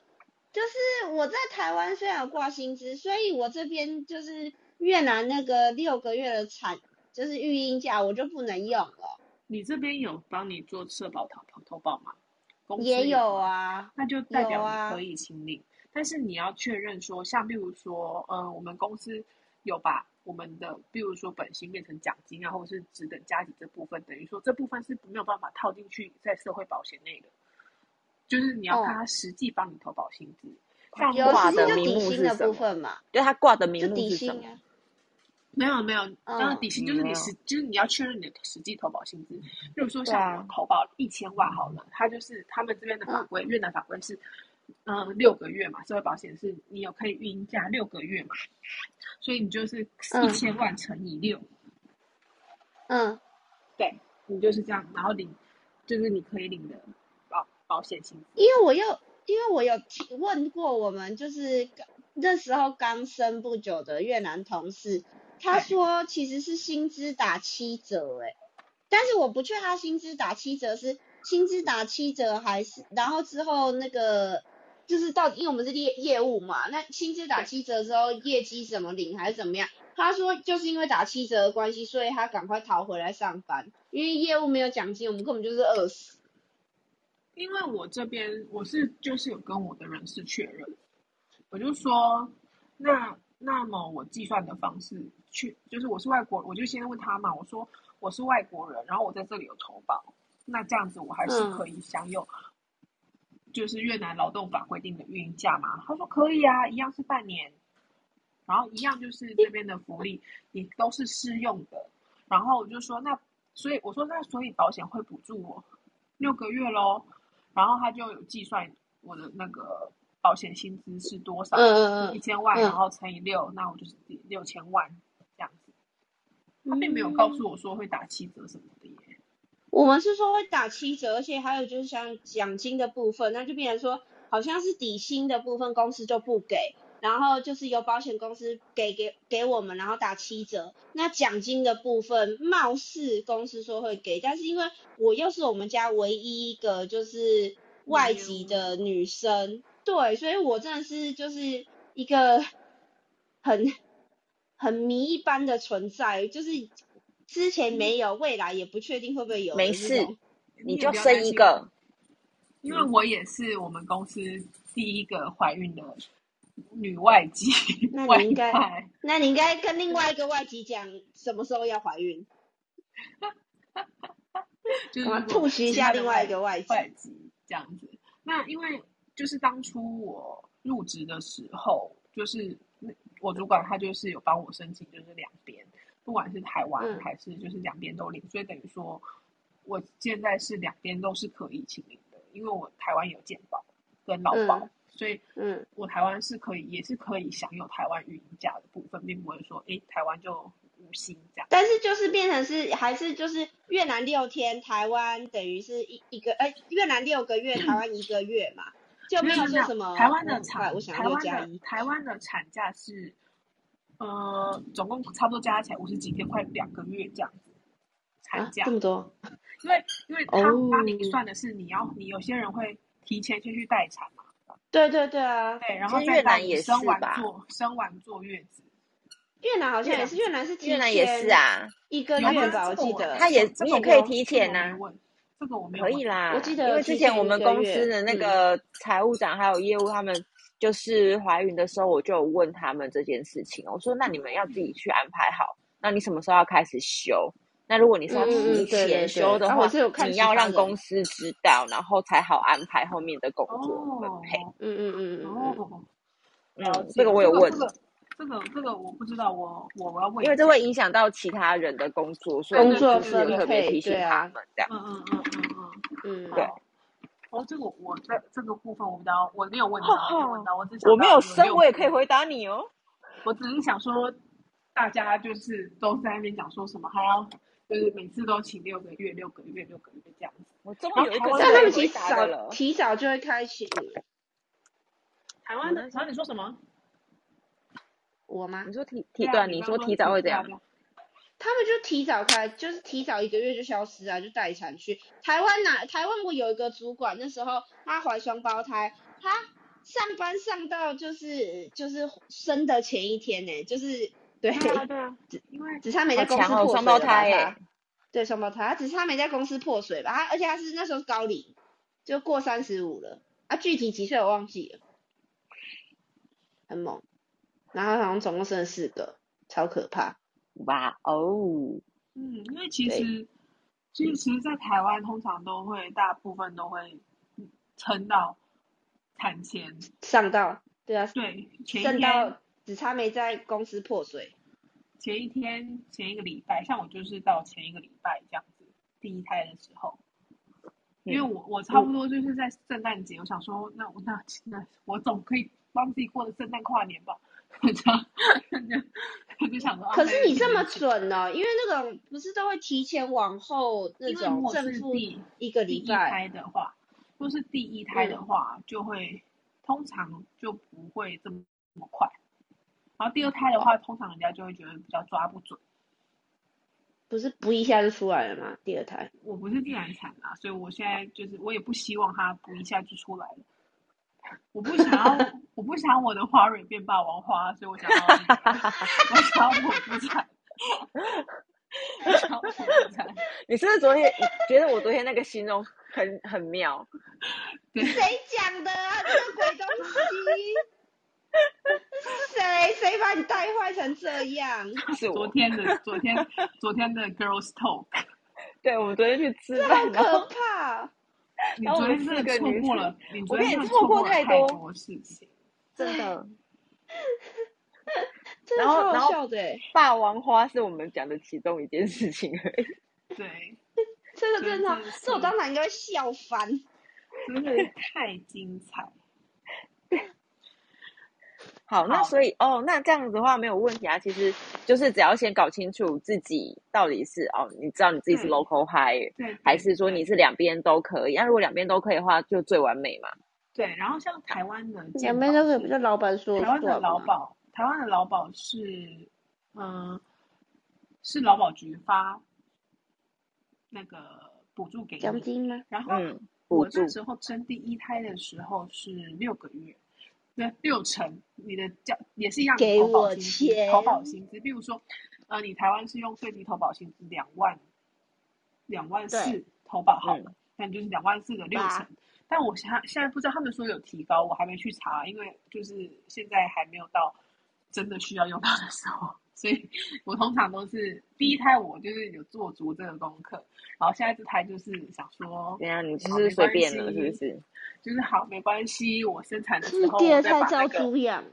Speaker 3: 就是我在台湾虽然有挂薪资，所以我这边就是越南那个六个月的产就是育婴假我就不能用了，
Speaker 1: 你这边有帮你做社保投投投保吗？公司
Speaker 3: 也有
Speaker 1: 吗，
Speaker 3: 啊，
Speaker 1: 那就代
Speaker 3: 有
Speaker 1: 表
Speaker 3: 啊
Speaker 1: 你可以请领，但是你要确认说，像比如说，呃，我们公司有把我们的，比如说本薪变成奖金啊，或者是职等加级这部分，等于说这部分是没有办法套进去在社会保险内的，就是你
Speaker 3: 哦
Speaker 1: 要看他实际帮你投保薪资。像
Speaker 3: 有
Speaker 1: 我
Speaker 2: 挂
Speaker 3: 其
Speaker 2: 的
Speaker 3: 实就
Speaker 2: 名
Speaker 3: 底
Speaker 2: 目
Speaker 3: 薪
Speaker 2: 是
Speaker 3: 的
Speaker 2: 什
Speaker 3: 部
Speaker 2: 么
Speaker 3: 分嘛，
Speaker 2: 对他挂的名
Speaker 3: 就
Speaker 2: 目
Speaker 3: 底
Speaker 2: 是什么？
Speaker 3: 薪啊，
Speaker 1: 没有没有，然后
Speaker 3: 嗯
Speaker 1: 底薪就是
Speaker 2: 哦没
Speaker 1: 你
Speaker 2: 有
Speaker 1: 实，就是你要确认你的实际投保薪资。比如说像
Speaker 2: 对啊
Speaker 1: 我投保一千万好了，它就是他们这边的法
Speaker 3: 嗯
Speaker 1: 规，越南法规是，嗯，六个月嘛，社会保险是你有可以运营假六个月嘛，所以你就是
Speaker 3: 嗯
Speaker 1: 一千万乘以六，
Speaker 3: 嗯
Speaker 1: 对你就是这样，然后领就是你可以领的保保险薪资。
Speaker 3: 因为我又因为我有提问过我们就是刚那时候刚生不久的越南同事，他
Speaker 1: 哎
Speaker 3: 说其实是薪资打七折哎、但是我不确定他薪资打七折是薪资打七折还是然后之后那个就是到底因为我们是业业务嘛，那薪资打七折之后业绩怎么领还是怎么样？他说就是因为打七折的关系，所以他赶快逃回来上班，因为业务没有奖金，我们根本就是饿死。
Speaker 1: 因为我这边我是就是有跟我的人事确认，我就说，那那么我计算的方式去，就是我是外国，我就先问他嘛，我说我是外国人，然后我在这里有投保，那这样子我还是
Speaker 3: 嗯
Speaker 1: 可以享有，就是越南劳动法规定的孕假嘛？他说可以啊，一样是半年，然后一样就是这边的福利也都是适用的。然后我就说那，所以我说那所以保险会补助我六个月喽，然后他就有计算我的那个保险薪资是多少，
Speaker 3: 嗯嗯
Speaker 1: 一
Speaker 3: 嗯，
Speaker 1: 千万，
Speaker 3: 嗯
Speaker 1: 然后乘以六，那我就是六千万这样子。他并没有告诉我说会打七折什么的耶。
Speaker 3: 我们是说会打七折，而且还有就是像奖金的部分，那就变成说好像是底薪的部分公司就不给，然后就是由保险公司给给给我们，然后打七折。那奖金的部分貌似公司说会给，但是因为我又是我们家唯一一个就是外籍的女生，对，所以我真的是就是一个很很迷一般的存在，就是之前没有，未来也不确定会不会有的
Speaker 2: 没
Speaker 3: 这种。
Speaker 2: 事
Speaker 1: 你
Speaker 2: 你
Speaker 1: 也
Speaker 2: 就
Speaker 1: 不要
Speaker 2: 生
Speaker 1: 担
Speaker 2: 一
Speaker 1: 心
Speaker 2: 个，
Speaker 1: 因为我也是我们公司第一个怀孕的女外籍
Speaker 3: 那
Speaker 1: (laughs) 外
Speaker 3: 你应该
Speaker 1: 派，
Speaker 3: 那你应该跟另外一个外籍讲什么时候要怀孕，
Speaker 1: 就是
Speaker 3: 然后
Speaker 1: 如果
Speaker 3: 吐袭一
Speaker 1: 其
Speaker 3: 下
Speaker 1: 他的
Speaker 3: 另外一个外籍。
Speaker 1: 外籍这样子。那因为就是当初我入职的时候，就是我主管他就是有帮我申请，就是两边，不管是台湾
Speaker 3: 嗯
Speaker 1: 还是就是两边都领，所以等于说我现在是两边都是可以请领的，因为我台湾有健保跟劳保，
Speaker 3: 嗯
Speaker 1: 所以
Speaker 3: 嗯
Speaker 1: 我台湾是可以也是可以享有台湾育婴假的部分，并不会说诶台湾就无薪这样。
Speaker 3: 但是就是变成是还是就是越南六天，台湾等于是一一个哎、越南六个月，台湾一个月嘛，就
Speaker 1: 没有
Speaker 3: 没有
Speaker 1: 没
Speaker 3: 说
Speaker 1: 有
Speaker 3: 什么
Speaker 1: 台湾的
Speaker 3: 我
Speaker 1: 产，
Speaker 3: 我想
Speaker 1: 台
Speaker 3: 要多
Speaker 1: 湾
Speaker 3: 加
Speaker 1: 的
Speaker 3: 一，
Speaker 1: 台湾的产假是，呃，总共差不多加起来五十几天，快两个月这样子。产
Speaker 3: 啊
Speaker 1: 假，
Speaker 3: 这么多，
Speaker 1: 因为因为他
Speaker 3: 哦
Speaker 1: 帮你算的是你要，你有些人会提前先去待产嘛，
Speaker 3: 对对对啊，
Speaker 1: 对，然
Speaker 2: 其
Speaker 1: 后
Speaker 2: 实
Speaker 1: 再
Speaker 2: 越
Speaker 1: 到
Speaker 2: 南
Speaker 1: 你
Speaker 2: 也
Speaker 1: 生
Speaker 2: 是
Speaker 1: 完
Speaker 2: 吧
Speaker 1: 坐生完坐月子，
Speaker 3: 越南好像
Speaker 2: 越
Speaker 3: 也
Speaker 2: 南
Speaker 3: 是，越南是
Speaker 2: 越
Speaker 3: 提
Speaker 2: 南也是
Speaker 3: 前
Speaker 2: 啊，
Speaker 3: 一个
Speaker 1: 有吗
Speaker 3: 月？吧，
Speaker 1: 这个
Speaker 3: 我记
Speaker 1: 我
Speaker 3: 得
Speaker 2: 他也
Speaker 1: 这
Speaker 2: 你
Speaker 1: 个
Speaker 2: 也可以
Speaker 1: 我
Speaker 2: 提
Speaker 1: 这个我
Speaker 2: 前
Speaker 1: 没
Speaker 2: 呐、
Speaker 1: 问，这个我没有
Speaker 2: 可以
Speaker 1: 问，
Speaker 2: 啦。
Speaker 3: 我记得
Speaker 2: 因为
Speaker 3: 提
Speaker 2: 之前
Speaker 3: 前
Speaker 2: 我
Speaker 3: 一
Speaker 2: 们
Speaker 3: 个
Speaker 2: 公
Speaker 3: 月
Speaker 2: 司的那
Speaker 3: 嗯
Speaker 2: 个财务长还有业务，他们就是怀孕的时候，我就有问他们这件事情。我说：“那你们要自己去安排好，那你什么时候要开始休？那如果你是要
Speaker 3: 嗯嗯
Speaker 2: 提
Speaker 3: 嗯，对
Speaker 2: 前
Speaker 3: 对
Speaker 2: 休
Speaker 3: 对，
Speaker 2: 的
Speaker 3: 啊，
Speaker 2: 话，
Speaker 3: 我是有看
Speaker 2: 你
Speaker 3: 其
Speaker 2: 要
Speaker 3: 他
Speaker 2: 让公
Speaker 3: 人，
Speaker 2: 司知道，然后才好安排后面的工作分配。
Speaker 1: 哦
Speaker 3: 嗯嗯嗯嗯嗯，
Speaker 1: 哦，”了
Speaker 2: 嗯，
Speaker 1: 解
Speaker 2: 这个，我
Speaker 1: 这
Speaker 2: 有
Speaker 1: 个
Speaker 2: 问
Speaker 1: 这，个这个这个我不知道，我我我要问
Speaker 2: 因为
Speaker 1: 一
Speaker 2: 这
Speaker 1: 下，
Speaker 2: 会影响到其他人的工作，所以
Speaker 1: 对
Speaker 3: 工
Speaker 2: 我
Speaker 1: 对
Speaker 3: 作
Speaker 2: 就是
Speaker 1: 对
Speaker 2: 有
Speaker 3: 分
Speaker 2: 特别
Speaker 3: 配，
Speaker 2: 提醒
Speaker 3: 对
Speaker 2: 他
Speaker 3: 啊，
Speaker 2: 们这样。
Speaker 1: 嗯嗯嗯嗯嗯。
Speaker 3: 嗯，
Speaker 2: 对
Speaker 1: 好，哦，这个我在这个部分我不知道，我没有问
Speaker 2: 哈
Speaker 1: 到，我没有问
Speaker 2: 哈，
Speaker 1: 到，我只想
Speaker 2: 我没
Speaker 1: 到
Speaker 2: 有
Speaker 1: 有
Speaker 2: 生，
Speaker 1: 六
Speaker 2: 我也
Speaker 1: 个
Speaker 2: 可以
Speaker 1: 月，
Speaker 2: 回答你哦。
Speaker 1: 我只是想说，大家就是都在那边讲说什么还要，就是每次都请六个月、六个月、六个月这样子。
Speaker 2: 我终
Speaker 1: 然
Speaker 2: 于
Speaker 1: 后
Speaker 2: 有一
Speaker 1: 台
Speaker 2: 个
Speaker 1: 湾
Speaker 3: 但
Speaker 1: 的
Speaker 2: 可
Speaker 3: 他
Speaker 2: 以
Speaker 3: 们其
Speaker 2: 回
Speaker 3: 实
Speaker 2: 答的
Speaker 3: 早
Speaker 2: 了。
Speaker 3: 提早就会开始，
Speaker 1: 台
Speaker 2: 我
Speaker 1: 湾的，
Speaker 2: 那
Speaker 1: 嗯
Speaker 2: 时
Speaker 1: 然
Speaker 2: 候
Speaker 1: 后你说什么？
Speaker 3: 我吗？
Speaker 2: 你说提提
Speaker 1: 对
Speaker 2: 对
Speaker 1: 啊，
Speaker 2: 啊，
Speaker 1: 你
Speaker 2: 你
Speaker 1: 刚
Speaker 2: 说
Speaker 1: 刚说
Speaker 2: 提早会
Speaker 1: 提
Speaker 2: 怎
Speaker 1: 对啊
Speaker 2: 样？
Speaker 1: 对啊，
Speaker 3: 他们就提早开，就是提早一个月就消失啊，就待产去台湾呐、台湾我有一个主管，那时候她怀双胞胎，她上班上到就是就是生的前一天呢、就是
Speaker 1: 对啊
Speaker 3: 对，
Speaker 1: 对啊，因为
Speaker 3: 只差没
Speaker 2: 好
Speaker 3: 在公
Speaker 2: 强
Speaker 3: 司
Speaker 2: 哦，
Speaker 3: 破
Speaker 2: 双
Speaker 3: 水
Speaker 2: 胞
Speaker 3: 了
Speaker 2: 胎
Speaker 3: 吧？她
Speaker 2: 耶！
Speaker 3: 对双胞胎，她只是她没在公司破水吧？啊她而且她是那时候是高龄，就过三十五了啊，具体几岁我忘记了，很猛。然后她好像总共生了四个，超可怕。
Speaker 2: 哇哦，
Speaker 1: 嗯，因为其
Speaker 3: 对，
Speaker 1: 实其实其实在台湾通常都会大部分都会嗯撑到产前，
Speaker 3: 上到对啊，
Speaker 1: 对，前一
Speaker 3: 剩
Speaker 1: 天
Speaker 3: 到只差没在公司破水。
Speaker 1: 前一天、前一个礼拜，像我就是到前一个礼拜这样子，第一胎的时候，因为
Speaker 2: 嗯，
Speaker 1: 我我差不
Speaker 3: 嗯，
Speaker 1: 多就是在圣诞节，我想说，那我那那我总可以帮自己过的圣诞跨年吧，这样 (laughs) 就就想说啊，
Speaker 3: 可是
Speaker 1: 那就
Speaker 3: 你
Speaker 1: 提
Speaker 3: 这
Speaker 1: 前
Speaker 3: 么
Speaker 1: 请，
Speaker 3: 准呢、因为那种不是都会提前往后那
Speaker 1: 因为如
Speaker 3: 种
Speaker 1: 果
Speaker 3: 正
Speaker 1: 是
Speaker 3: 负
Speaker 1: 第
Speaker 3: 一个
Speaker 1: 第
Speaker 3: 礼
Speaker 1: 一
Speaker 3: 拜，
Speaker 1: 胎的话，如果是第一胎的
Speaker 3: 嗯
Speaker 1: 话，就会通常就不会这么这么快，然后第二胎的话，通常人家就会觉得比较抓不准。
Speaker 3: 不是不一下就出来了吗？第二胎，
Speaker 1: 我不是自然产啊，所以我现在就是我也不希望它不一下就出来了。我不想要，我不想我的花蕊变霸王花，所以我想要那个，我想要剖腹产，我想要剖腹产。
Speaker 2: 你是不是昨天觉得我昨天那个形容很很妙？
Speaker 1: 对，
Speaker 3: 谁讲的啊？这个鬼东西，谁谁把你带坏成这 (laughs) 样？
Speaker 2: 是
Speaker 1: 昨
Speaker 2: 我，
Speaker 1: 天的昨天昨天的 girls talk，
Speaker 2: 对我们昨天去吃
Speaker 3: 这
Speaker 2: 饭，
Speaker 3: 好
Speaker 2: 然
Speaker 3: 可
Speaker 2: 后
Speaker 3: 怕！
Speaker 1: 你
Speaker 2: 然后我
Speaker 1: 昨
Speaker 2: 们
Speaker 1: 天真的
Speaker 2: 四个
Speaker 1: 错
Speaker 2: 女
Speaker 1: 过
Speaker 2: 生，
Speaker 1: 了，你
Speaker 2: 我
Speaker 1: 昨
Speaker 2: 跟
Speaker 1: 天
Speaker 2: 你
Speaker 1: 真的
Speaker 2: 错
Speaker 1: 错
Speaker 2: 过
Speaker 1: 过了
Speaker 2: 太
Speaker 1: 太
Speaker 2: 多，
Speaker 1: 多事情。
Speaker 2: 真的。 (laughs)
Speaker 3: 真
Speaker 2: 然
Speaker 3: 的
Speaker 2: 后
Speaker 3: 超好
Speaker 2: 然后
Speaker 3: 笑的欸，
Speaker 2: 霸王花是我们讲的其中一件事情而已。
Speaker 1: 对，
Speaker 3: 这个
Speaker 1: 昨天
Speaker 3: 真的
Speaker 1: 真
Speaker 3: 好，
Speaker 1: 的是
Speaker 3: 这我当场应该会笑翻。
Speaker 1: 真的是太精彩。
Speaker 2: 好，那
Speaker 1: 好，
Speaker 2: 所以哦，那这样子的话没有问题啊。其实就是只要先搞清楚自己到底是哦，你知道你自己是
Speaker 1: 对
Speaker 2: local high，
Speaker 1: 对
Speaker 2: 还
Speaker 1: 对
Speaker 2: 是说你
Speaker 1: 对
Speaker 2: 是两边都可以？那如果两边都可以的话，就最完美嘛。
Speaker 1: 对，然后像台湾的
Speaker 3: 两
Speaker 1: 健
Speaker 3: 边
Speaker 1: 保
Speaker 3: 都
Speaker 1: 是
Speaker 3: 是让老板说
Speaker 1: 台
Speaker 3: 了
Speaker 1: 湾的
Speaker 3: 算
Speaker 1: 劳
Speaker 3: 嘛。
Speaker 1: 保，台湾的劳保是，嗯、是劳保局发那个补助给
Speaker 3: 奖
Speaker 1: 你。
Speaker 3: 金吗？
Speaker 1: 然后
Speaker 2: 嗯，补
Speaker 1: 我那
Speaker 2: 助
Speaker 1: 时候生第一胎的时候是六个月，对，六成你的交也是一样，你
Speaker 3: 给
Speaker 1: 投保
Speaker 3: 我
Speaker 1: 薪资，投
Speaker 3: 钱，
Speaker 1: 保薪资，比如说，呃，你台湾是用最低投保薪资两万两万
Speaker 3: 对，
Speaker 1: 四投保好
Speaker 2: 嗯
Speaker 1: 了，那你就是两万四的六成
Speaker 3: 嗯八，，
Speaker 1: 但我现在现在不知道他们说有提高，我还没去查，因为就是现在还没有到真的需要用到的时候， (laughs) 所以我通常都是第一胎我就是有做足这个功课，然后下一次胎就是想说
Speaker 2: 怎样？啊你就
Speaker 1: 好
Speaker 2: 是
Speaker 1: 没
Speaker 2: 随
Speaker 1: 关
Speaker 2: 便了，是不
Speaker 1: 系
Speaker 2: 是？
Speaker 1: 就是好没关系，我生产的时
Speaker 3: 是
Speaker 1: 候
Speaker 3: 第
Speaker 1: 我
Speaker 3: 二
Speaker 1: 再把
Speaker 3: 胎
Speaker 1: 那
Speaker 3: 照
Speaker 1: 个
Speaker 3: 猪养，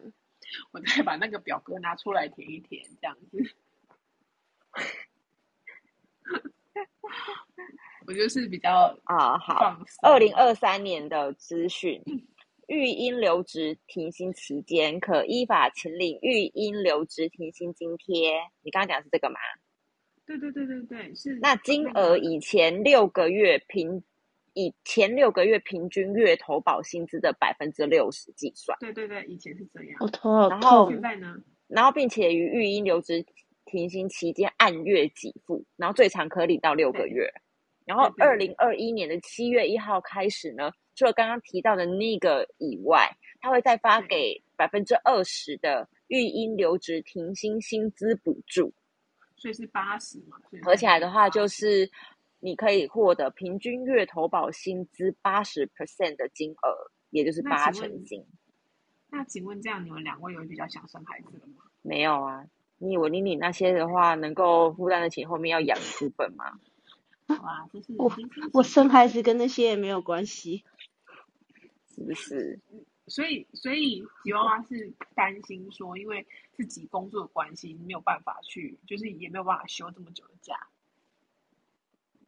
Speaker 1: 我再把那个表格拿出来填一填，这样子。我就是比较
Speaker 2: 啊，好，
Speaker 1: 放松。
Speaker 2: 二零二三年的资讯，育婴留职停薪期间可依法请领育婴留职停薪津贴。你刚刚讲的是这个吗？
Speaker 1: 对对对对对，是
Speaker 2: 那金
Speaker 1: 个
Speaker 2: 额以前六个月平以前六个月平均月投保薪资的百分之六十计算，
Speaker 1: 对对对，以前是这样
Speaker 3: 我，头好
Speaker 2: 然后
Speaker 1: 现
Speaker 3: 痛。
Speaker 1: 在呢？
Speaker 2: 然后并且于育婴留职停薪期间按月给付，然后最长可领到六个
Speaker 1: 对
Speaker 2: 月。然后，
Speaker 1: 对
Speaker 2: 二
Speaker 1: 对
Speaker 2: 零二一年的七月一号开始呢，除了刚刚提到的那个以外，它会再发
Speaker 1: 对
Speaker 2: 给百分之二十的育婴留职停薪薪资补助，
Speaker 1: 所以是八十嘛，所以
Speaker 2: 合起来的话就是是你可以获得平均月投保薪资八十 percent 的金额，也就是
Speaker 1: 那
Speaker 2: 八
Speaker 1: 请
Speaker 2: 成
Speaker 1: 问，
Speaker 2: 金。
Speaker 1: 那请问这样你们两位有比较想生孩子了吗？
Speaker 2: 没有啊，你以为你领那些的话能够负担得起后面要养的资本吗？
Speaker 1: 好啊，这是
Speaker 3: 我
Speaker 1: 人间清
Speaker 3: 我
Speaker 1: 醒。
Speaker 3: 生孩子跟那些也没有关系。
Speaker 2: 是不是？
Speaker 1: 所以，所以吉娃娃是担心说，因为自己工作的关系，没有办法去，就是也没有办法休这么久的假。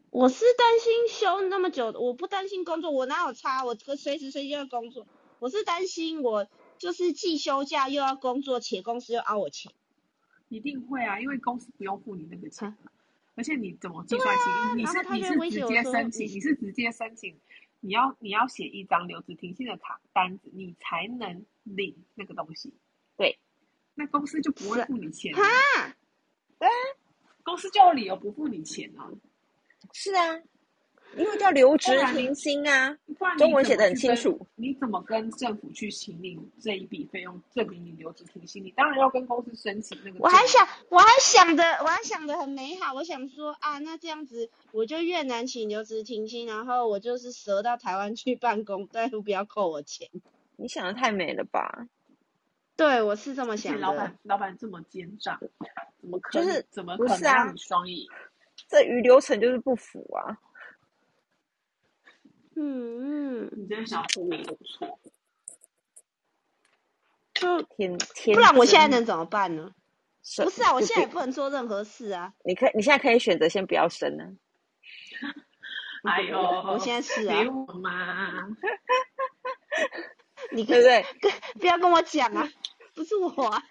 Speaker 3: 我是担心休那么久的，我不担心工作，我哪有差？我可随时随地要工作。我是担心我就是既休假又要工作，且公司又凹我钱。
Speaker 1: 一定会啊，因为公司不用付你那个钱
Speaker 3: 啊
Speaker 1: 嘛，而且你怎么计算薪？你
Speaker 3: 然后
Speaker 1: 是
Speaker 3: 他
Speaker 1: 你
Speaker 3: 就会
Speaker 1: 是
Speaker 3: 威
Speaker 1: 直
Speaker 3: 胁我
Speaker 1: 接
Speaker 3: 说
Speaker 1: 申
Speaker 3: 你
Speaker 1: 请，你是直接申请，你要你要写一张留职停薪的卡单子，你才能领那个东西。
Speaker 2: 对，
Speaker 1: 那公司就不会
Speaker 3: 是啊
Speaker 1: 付你钱啊，
Speaker 3: 哈，啊
Speaker 1: 公司就有理由不付你钱啊，
Speaker 2: 是啊，因为叫留
Speaker 1: 不
Speaker 2: 职
Speaker 1: 然
Speaker 2: 停薪啊，
Speaker 1: 不然
Speaker 2: 中
Speaker 1: 你
Speaker 2: 文
Speaker 1: 怎
Speaker 2: 写
Speaker 1: 么
Speaker 2: 的很
Speaker 1: 去跟
Speaker 2: 清楚。
Speaker 1: 你怎么跟政府去请领这一笔费用，证明你留职停薪？你当然要跟公司申请那个
Speaker 3: 我
Speaker 1: 证
Speaker 3: 还
Speaker 1: 明。
Speaker 3: 想我还想的我还想的很美好，我想说啊，那这样子我就越南请留职停薪，然后我就是折到台湾去办公，但是不要扣我钱。
Speaker 2: 你想的太美了吧？
Speaker 3: 对，我是这么
Speaker 1: 而且
Speaker 3: 想
Speaker 1: 老
Speaker 3: 的。
Speaker 1: 板老板这么奸诈，怎么可
Speaker 2: 就
Speaker 1: 能
Speaker 2: 是
Speaker 1: 怎么
Speaker 2: 不
Speaker 1: 可
Speaker 2: 是
Speaker 1: 能让
Speaker 2: 啊？
Speaker 1: 你双赢？
Speaker 2: 这与流程就是不符啊！
Speaker 3: 嗯嗯，
Speaker 1: 你真的想忽悠我错？
Speaker 3: 就
Speaker 2: 天
Speaker 3: 不
Speaker 2: 天
Speaker 3: 然我现在
Speaker 2: 真
Speaker 3: 能怎么办呢？
Speaker 2: 生
Speaker 3: 不是啊，我
Speaker 2: 就
Speaker 3: 现在
Speaker 2: 别，
Speaker 3: 也不能做任何事啊。
Speaker 2: 你可以你现在可以选择先不要生啊。
Speaker 1: 哎呦，
Speaker 3: 我现在是
Speaker 1: 给
Speaker 3: 啊，
Speaker 1: 我嘛！
Speaker 3: 你 (laughs)
Speaker 2: 对不
Speaker 3: 跟
Speaker 2: 对？
Speaker 3: 跟不要跟我讲啊，不是我啊，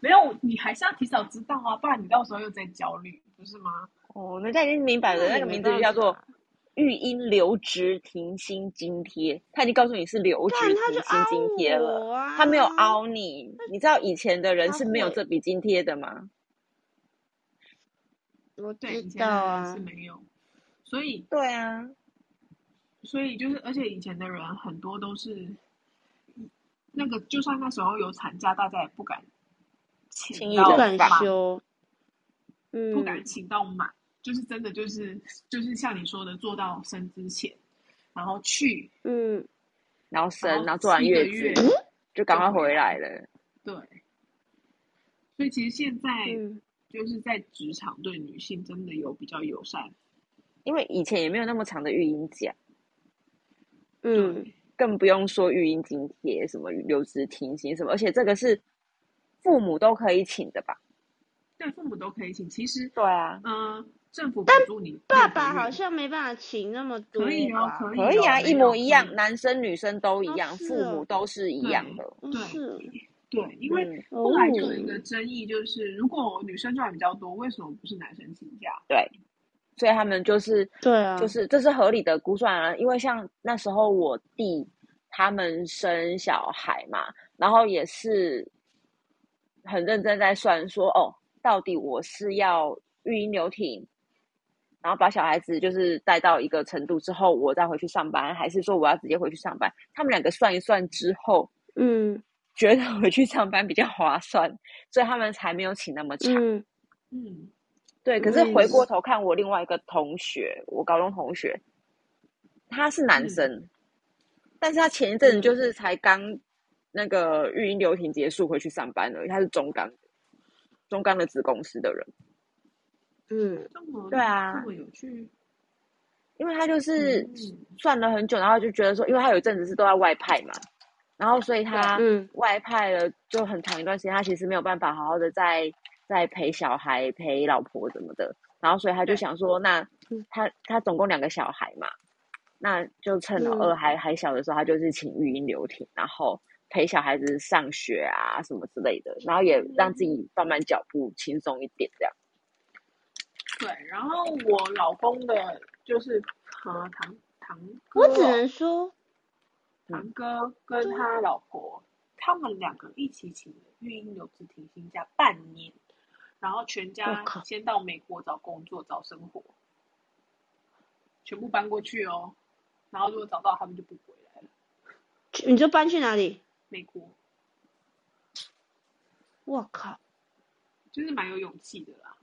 Speaker 1: 没有，你还是要提早知道啊，不然你到时候又在焦虑，不是吗？
Speaker 2: 哦，人家已经明白了，
Speaker 3: 那
Speaker 2: 那
Speaker 3: 也
Speaker 2: 个
Speaker 3: 没
Speaker 2: 名字就
Speaker 3: 办
Speaker 2: 叫做
Speaker 3: 法。
Speaker 2: 育婴留职停薪津贴，他已经告诉你是留
Speaker 3: 干
Speaker 2: 职
Speaker 3: 啊他就
Speaker 2: 停薪津
Speaker 3: 凹
Speaker 2: 贴了，
Speaker 3: 我
Speaker 2: 他没有
Speaker 3: 啊，
Speaker 2: 凹你。你知道以前的人
Speaker 3: 他
Speaker 2: 是没有这
Speaker 3: 会，
Speaker 2: 笔津贴的吗？
Speaker 3: 我
Speaker 1: 对，
Speaker 3: 知
Speaker 1: 以前
Speaker 3: 道
Speaker 1: 的人是
Speaker 3: 啊。
Speaker 1: 没有，所以
Speaker 2: 对啊，
Speaker 1: 所以就是，而且以前的人很多都是那个，就算那时候有产假，大家也不敢请
Speaker 2: 轻易
Speaker 3: 不
Speaker 2: 的
Speaker 1: 到
Speaker 3: 敢
Speaker 2: 放，
Speaker 1: 满，
Speaker 3: 休，
Speaker 1: 不敢
Speaker 3: 嗯，
Speaker 1: 请到满，就是真的就是就是像你说的，做到生之前，然后去，
Speaker 3: 嗯，
Speaker 2: 然后
Speaker 1: 然
Speaker 2: 生，
Speaker 1: 后
Speaker 2: 然后做完
Speaker 1: 七个
Speaker 2: 月子
Speaker 1: 月
Speaker 2: 就赶
Speaker 1: 就
Speaker 2: 快
Speaker 1: 回
Speaker 2: 回来
Speaker 1: 来，
Speaker 2: 了。
Speaker 1: 对。所以其实现在
Speaker 3: 嗯，
Speaker 1: 就是在职场对女性真的有比较友善，
Speaker 2: 因为以前也没有那么长的育婴假，
Speaker 3: 嗯，
Speaker 1: 对
Speaker 2: 更不用说育婴津贴、什么留职停薪什么，而且这个是父母都可以请的吧？
Speaker 1: 对父母都可以请。其实，
Speaker 2: 对啊，
Speaker 1: 呃，政府补助你
Speaker 3: 爸
Speaker 1: 六个
Speaker 3: 爸好
Speaker 1: 月，
Speaker 3: 像没办法请那么
Speaker 1: 可以
Speaker 3: 多
Speaker 1: 哦，
Speaker 3: 吧？
Speaker 1: 可
Speaker 2: 可
Speaker 1: 以
Speaker 2: 以
Speaker 1: 哦，
Speaker 2: 啊，一
Speaker 1: 没
Speaker 2: 模
Speaker 1: 有
Speaker 2: 一
Speaker 1: 可
Speaker 2: 样，
Speaker 1: 以，
Speaker 2: 男生女生都一
Speaker 3: 哦，
Speaker 2: 样，
Speaker 3: 是
Speaker 2: 父母
Speaker 3: 哦，
Speaker 2: 都啊是一样
Speaker 1: 对
Speaker 2: 的。
Speaker 3: 哦
Speaker 1: 对
Speaker 3: 是哦，
Speaker 1: 对，因为
Speaker 2: 嗯，
Speaker 1: 后来就有一
Speaker 3: 哦，
Speaker 1: 个争议，就是如果女生赚比较多，为什么不是男生请假？
Speaker 2: 对，所以他们就是
Speaker 3: 对
Speaker 2: 就
Speaker 3: 啊，
Speaker 2: 是这是合理的估算啊，因为像那时候我弟他们生小孩嘛，然后也是很认真在算说，哦，到底我是要育婴留停，然后把小孩子就是带到一个程度之后，我再回去上班，还是说我要直接回去上班？他们两个算一算之后，
Speaker 3: 嗯
Speaker 2: 觉得回去上班比较划算，所以他们才没有请那么长。
Speaker 3: 嗯
Speaker 1: 嗯，
Speaker 2: 对，可是回过
Speaker 3: 嗯，
Speaker 2: 头看我另外一个同学，我高中同学，他是男生，但是他前一阵子就是才刚那个育婴流停结束回去上班而已，他是中钢的中钢的子公司的人，
Speaker 3: 嗯，
Speaker 1: 这么
Speaker 2: 对啊
Speaker 1: 这么有趣，
Speaker 2: 因为他就是
Speaker 1: 嗯
Speaker 2: 算了很久，然后就觉得说，因为他有一阵子是都在外派嘛，然后所以他
Speaker 3: 对嗯
Speaker 2: 外派了就很长一段时间，他其实没有办法好好的在在陪小孩、陪老婆什么的，然后所以他就
Speaker 1: 对
Speaker 2: 想说，那
Speaker 3: 嗯
Speaker 2: 他他总共两个小孩嘛，那就趁老
Speaker 3: 嗯
Speaker 2: 二还、还小的时候，他就是请育婴留停，然后陪小孩子上学啊什么之类的，然后也让自己放慢脚步，轻松一点这样。
Speaker 1: 对。然后我老公的就是和堂堂哥
Speaker 3: 我只
Speaker 1: 哦
Speaker 3: 能说，
Speaker 1: 堂哥跟他老婆，他们两个一起请的育婴留职停薪假半年，然后全家
Speaker 2: 我靠
Speaker 1: 先到美国找工作找生活，全部搬过去哦。然后如果找到，他们就不回来了。
Speaker 3: 去你就搬去哪里？
Speaker 1: 美国
Speaker 3: 我靠，
Speaker 1: 就是蛮有勇气的啦。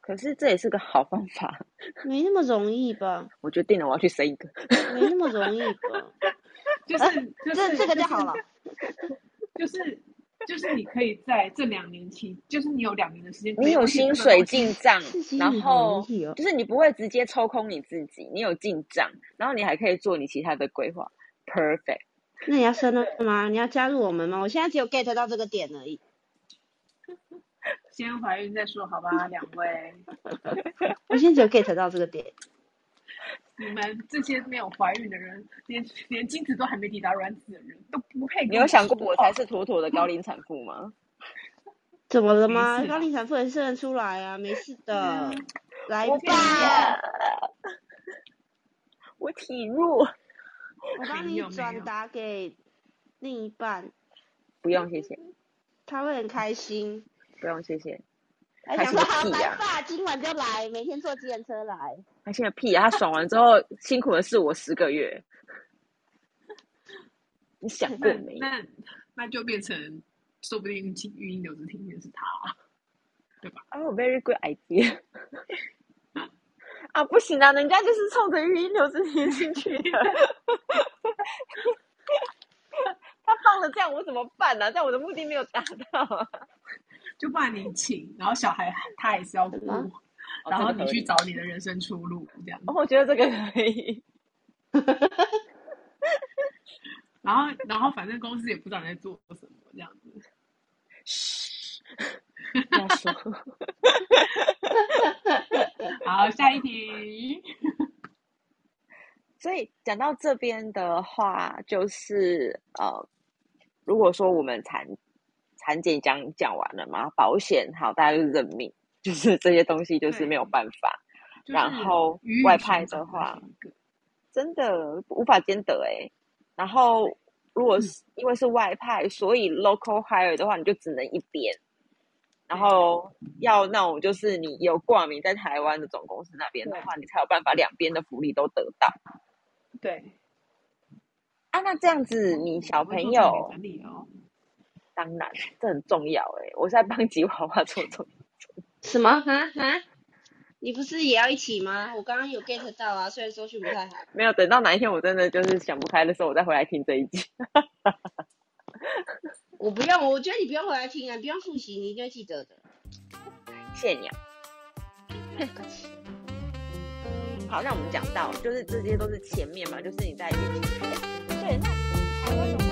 Speaker 2: 可是这也是个好方法，
Speaker 3: 没那么容易吧？
Speaker 2: 我决定了，我要去生一个。
Speaker 3: 没那么容易
Speaker 1: (laughs)
Speaker 3: 吧？
Speaker 1: 就是、就是
Speaker 3: 这这个就好了，。
Speaker 1: 就是就是你可以在这两年期，就是你有两年的时间，
Speaker 2: 你有薪水进账
Speaker 3: 自己，
Speaker 2: 然
Speaker 3: 很
Speaker 2: 后
Speaker 3: 容易哦
Speaker 2: 就是你不会直接抽空你自己，你有进账，然后你还可以做你其他的规划，perfect。
Speaker 3: 那你要生了吗？你要加入我们吗？我现在只有 get 到这个点而已。
Speaker 1: 先怀孕再说，好吧，两位。
Speaker 3: 我现在只有 get 到这个点。
Speaker 1: 你们这些没有怀孕的人，连连精子都还没抵达卵子的人，都不配跟
Speaker 2: 你有想过
Speaker 1: 说
Speaker 2: 我
Speaker 1: 话
Speaker 2: 才是妥妥的高龄产妇吗？
Speaker 3: 怎么了
Speaker 1: 没
Speaker 3: 吗？
Speaker 1: 事啦
Speaker 3: 高龄产妇也生得出来啊，没事的，
Speaker 2: (laughs)
Speaker 3: 来
Speaker 2: 我
Speaker 3: 吧，
Speaker 2: 我体弱，
Speaker 3: 我帮
Speaker 1: 没
Speaker 3: 你
Speaker 1: 有没有
Speaker 3: 转达给另一半，
Speaker 2: 不用谢谢，
Speaker 3: 他会很开心。
Speaker 2: 不用谢谢，
Speaker 3: 还
Speaker 2: 开
Speaker 3: 想
Speaker 2: 心
Speaker 3: 说
Speaker 2: 个
Speaker 3: 好
Speaker 2: 屁呀
Speaker 3: 来吧，今晚就来，每天坐计程车来。
Speaker 2: 开心个屁呀、他爽完之后辛苦的是我十个 (laughs) 月，你想过
Speaker 1: 那
Speaker 2: 没有？
Speaker 1: 那那就变成，说不定育婴留职停也是他、
Speaker 2: 哦、v e r y good idea 。啊，不行啊，人家就是冲着语音留之前进去的。 (laughs) 他放了这样，我怎么办呢、啊？这样我的目的没有达到、啊。
Speaker 1: 就不然你请，然后小孩他还是要顾
Speaker 3: 什，么
Speaker 2: 哦
Speaker 1: 然后你去
Speaker 2: 找、
Speaker 1: 找哦你的人生出路这样。
Speaker 2: 哦，我觉得这个可以。 (laughs)
Speaker 1: 然后然后反正公司也不知道你在做什么这样子。
Speaker 2: 嘘，不要说。
Speaker 1: 好，下一题。
Speaker 2: 所以讲到这边的话，就是呃，如果说我们产产检讲讲完了嘛，保险好，大家就是认命， (laughs) 就是这些东西就是
Speaker 1: 对
Speaker 2: 没有办法。
Speaker 1: 就是
Speaker 2: 然后
Speaker 1: 鱼与
Speaker 2: 外派
Speaker 1: 熊掌
Speaker 2: 的
Speaker 1: 各
Speaker 2: 话
Speaker 1: 选一个
Speaker 2: 真的无法兼得哎、然后如果
Speaker 1: 嗯
Speaker 2: 是、因为是外派，所以 local hire 的话，你就只能一边，然后要那种就是你有挂名在台湾的总公司那边的话，你才有办法两边的福利都得到
Speaker 1: 对，
Speaker 2: 啊。那这样子，你小
Speaker 1: 我会
Speaker 2: 朋
Speaker 1: 做重点
Speaker 2: 友
Speaker 1: 整理哦。
Speaker 2: 当然这很重要哎、我是在帮吉娃娃做重
Speaker 3: 什么？哈哈，你不是也要一起吗？我刚刚有 get 到啊，虽然说讯不太好。
Speaker 2: 没有等到哪一天我真的就是想不开的时候，我再回来听这一集。
Speaker 3: 我不用，我觉得你不用回来听啊，你不用复习，你一定会记得的。
Speaker 2: 谢谢你啊。好，那我们讲到，就是这些都是前面嘛，就是你在疫情。哎对，那台湾的。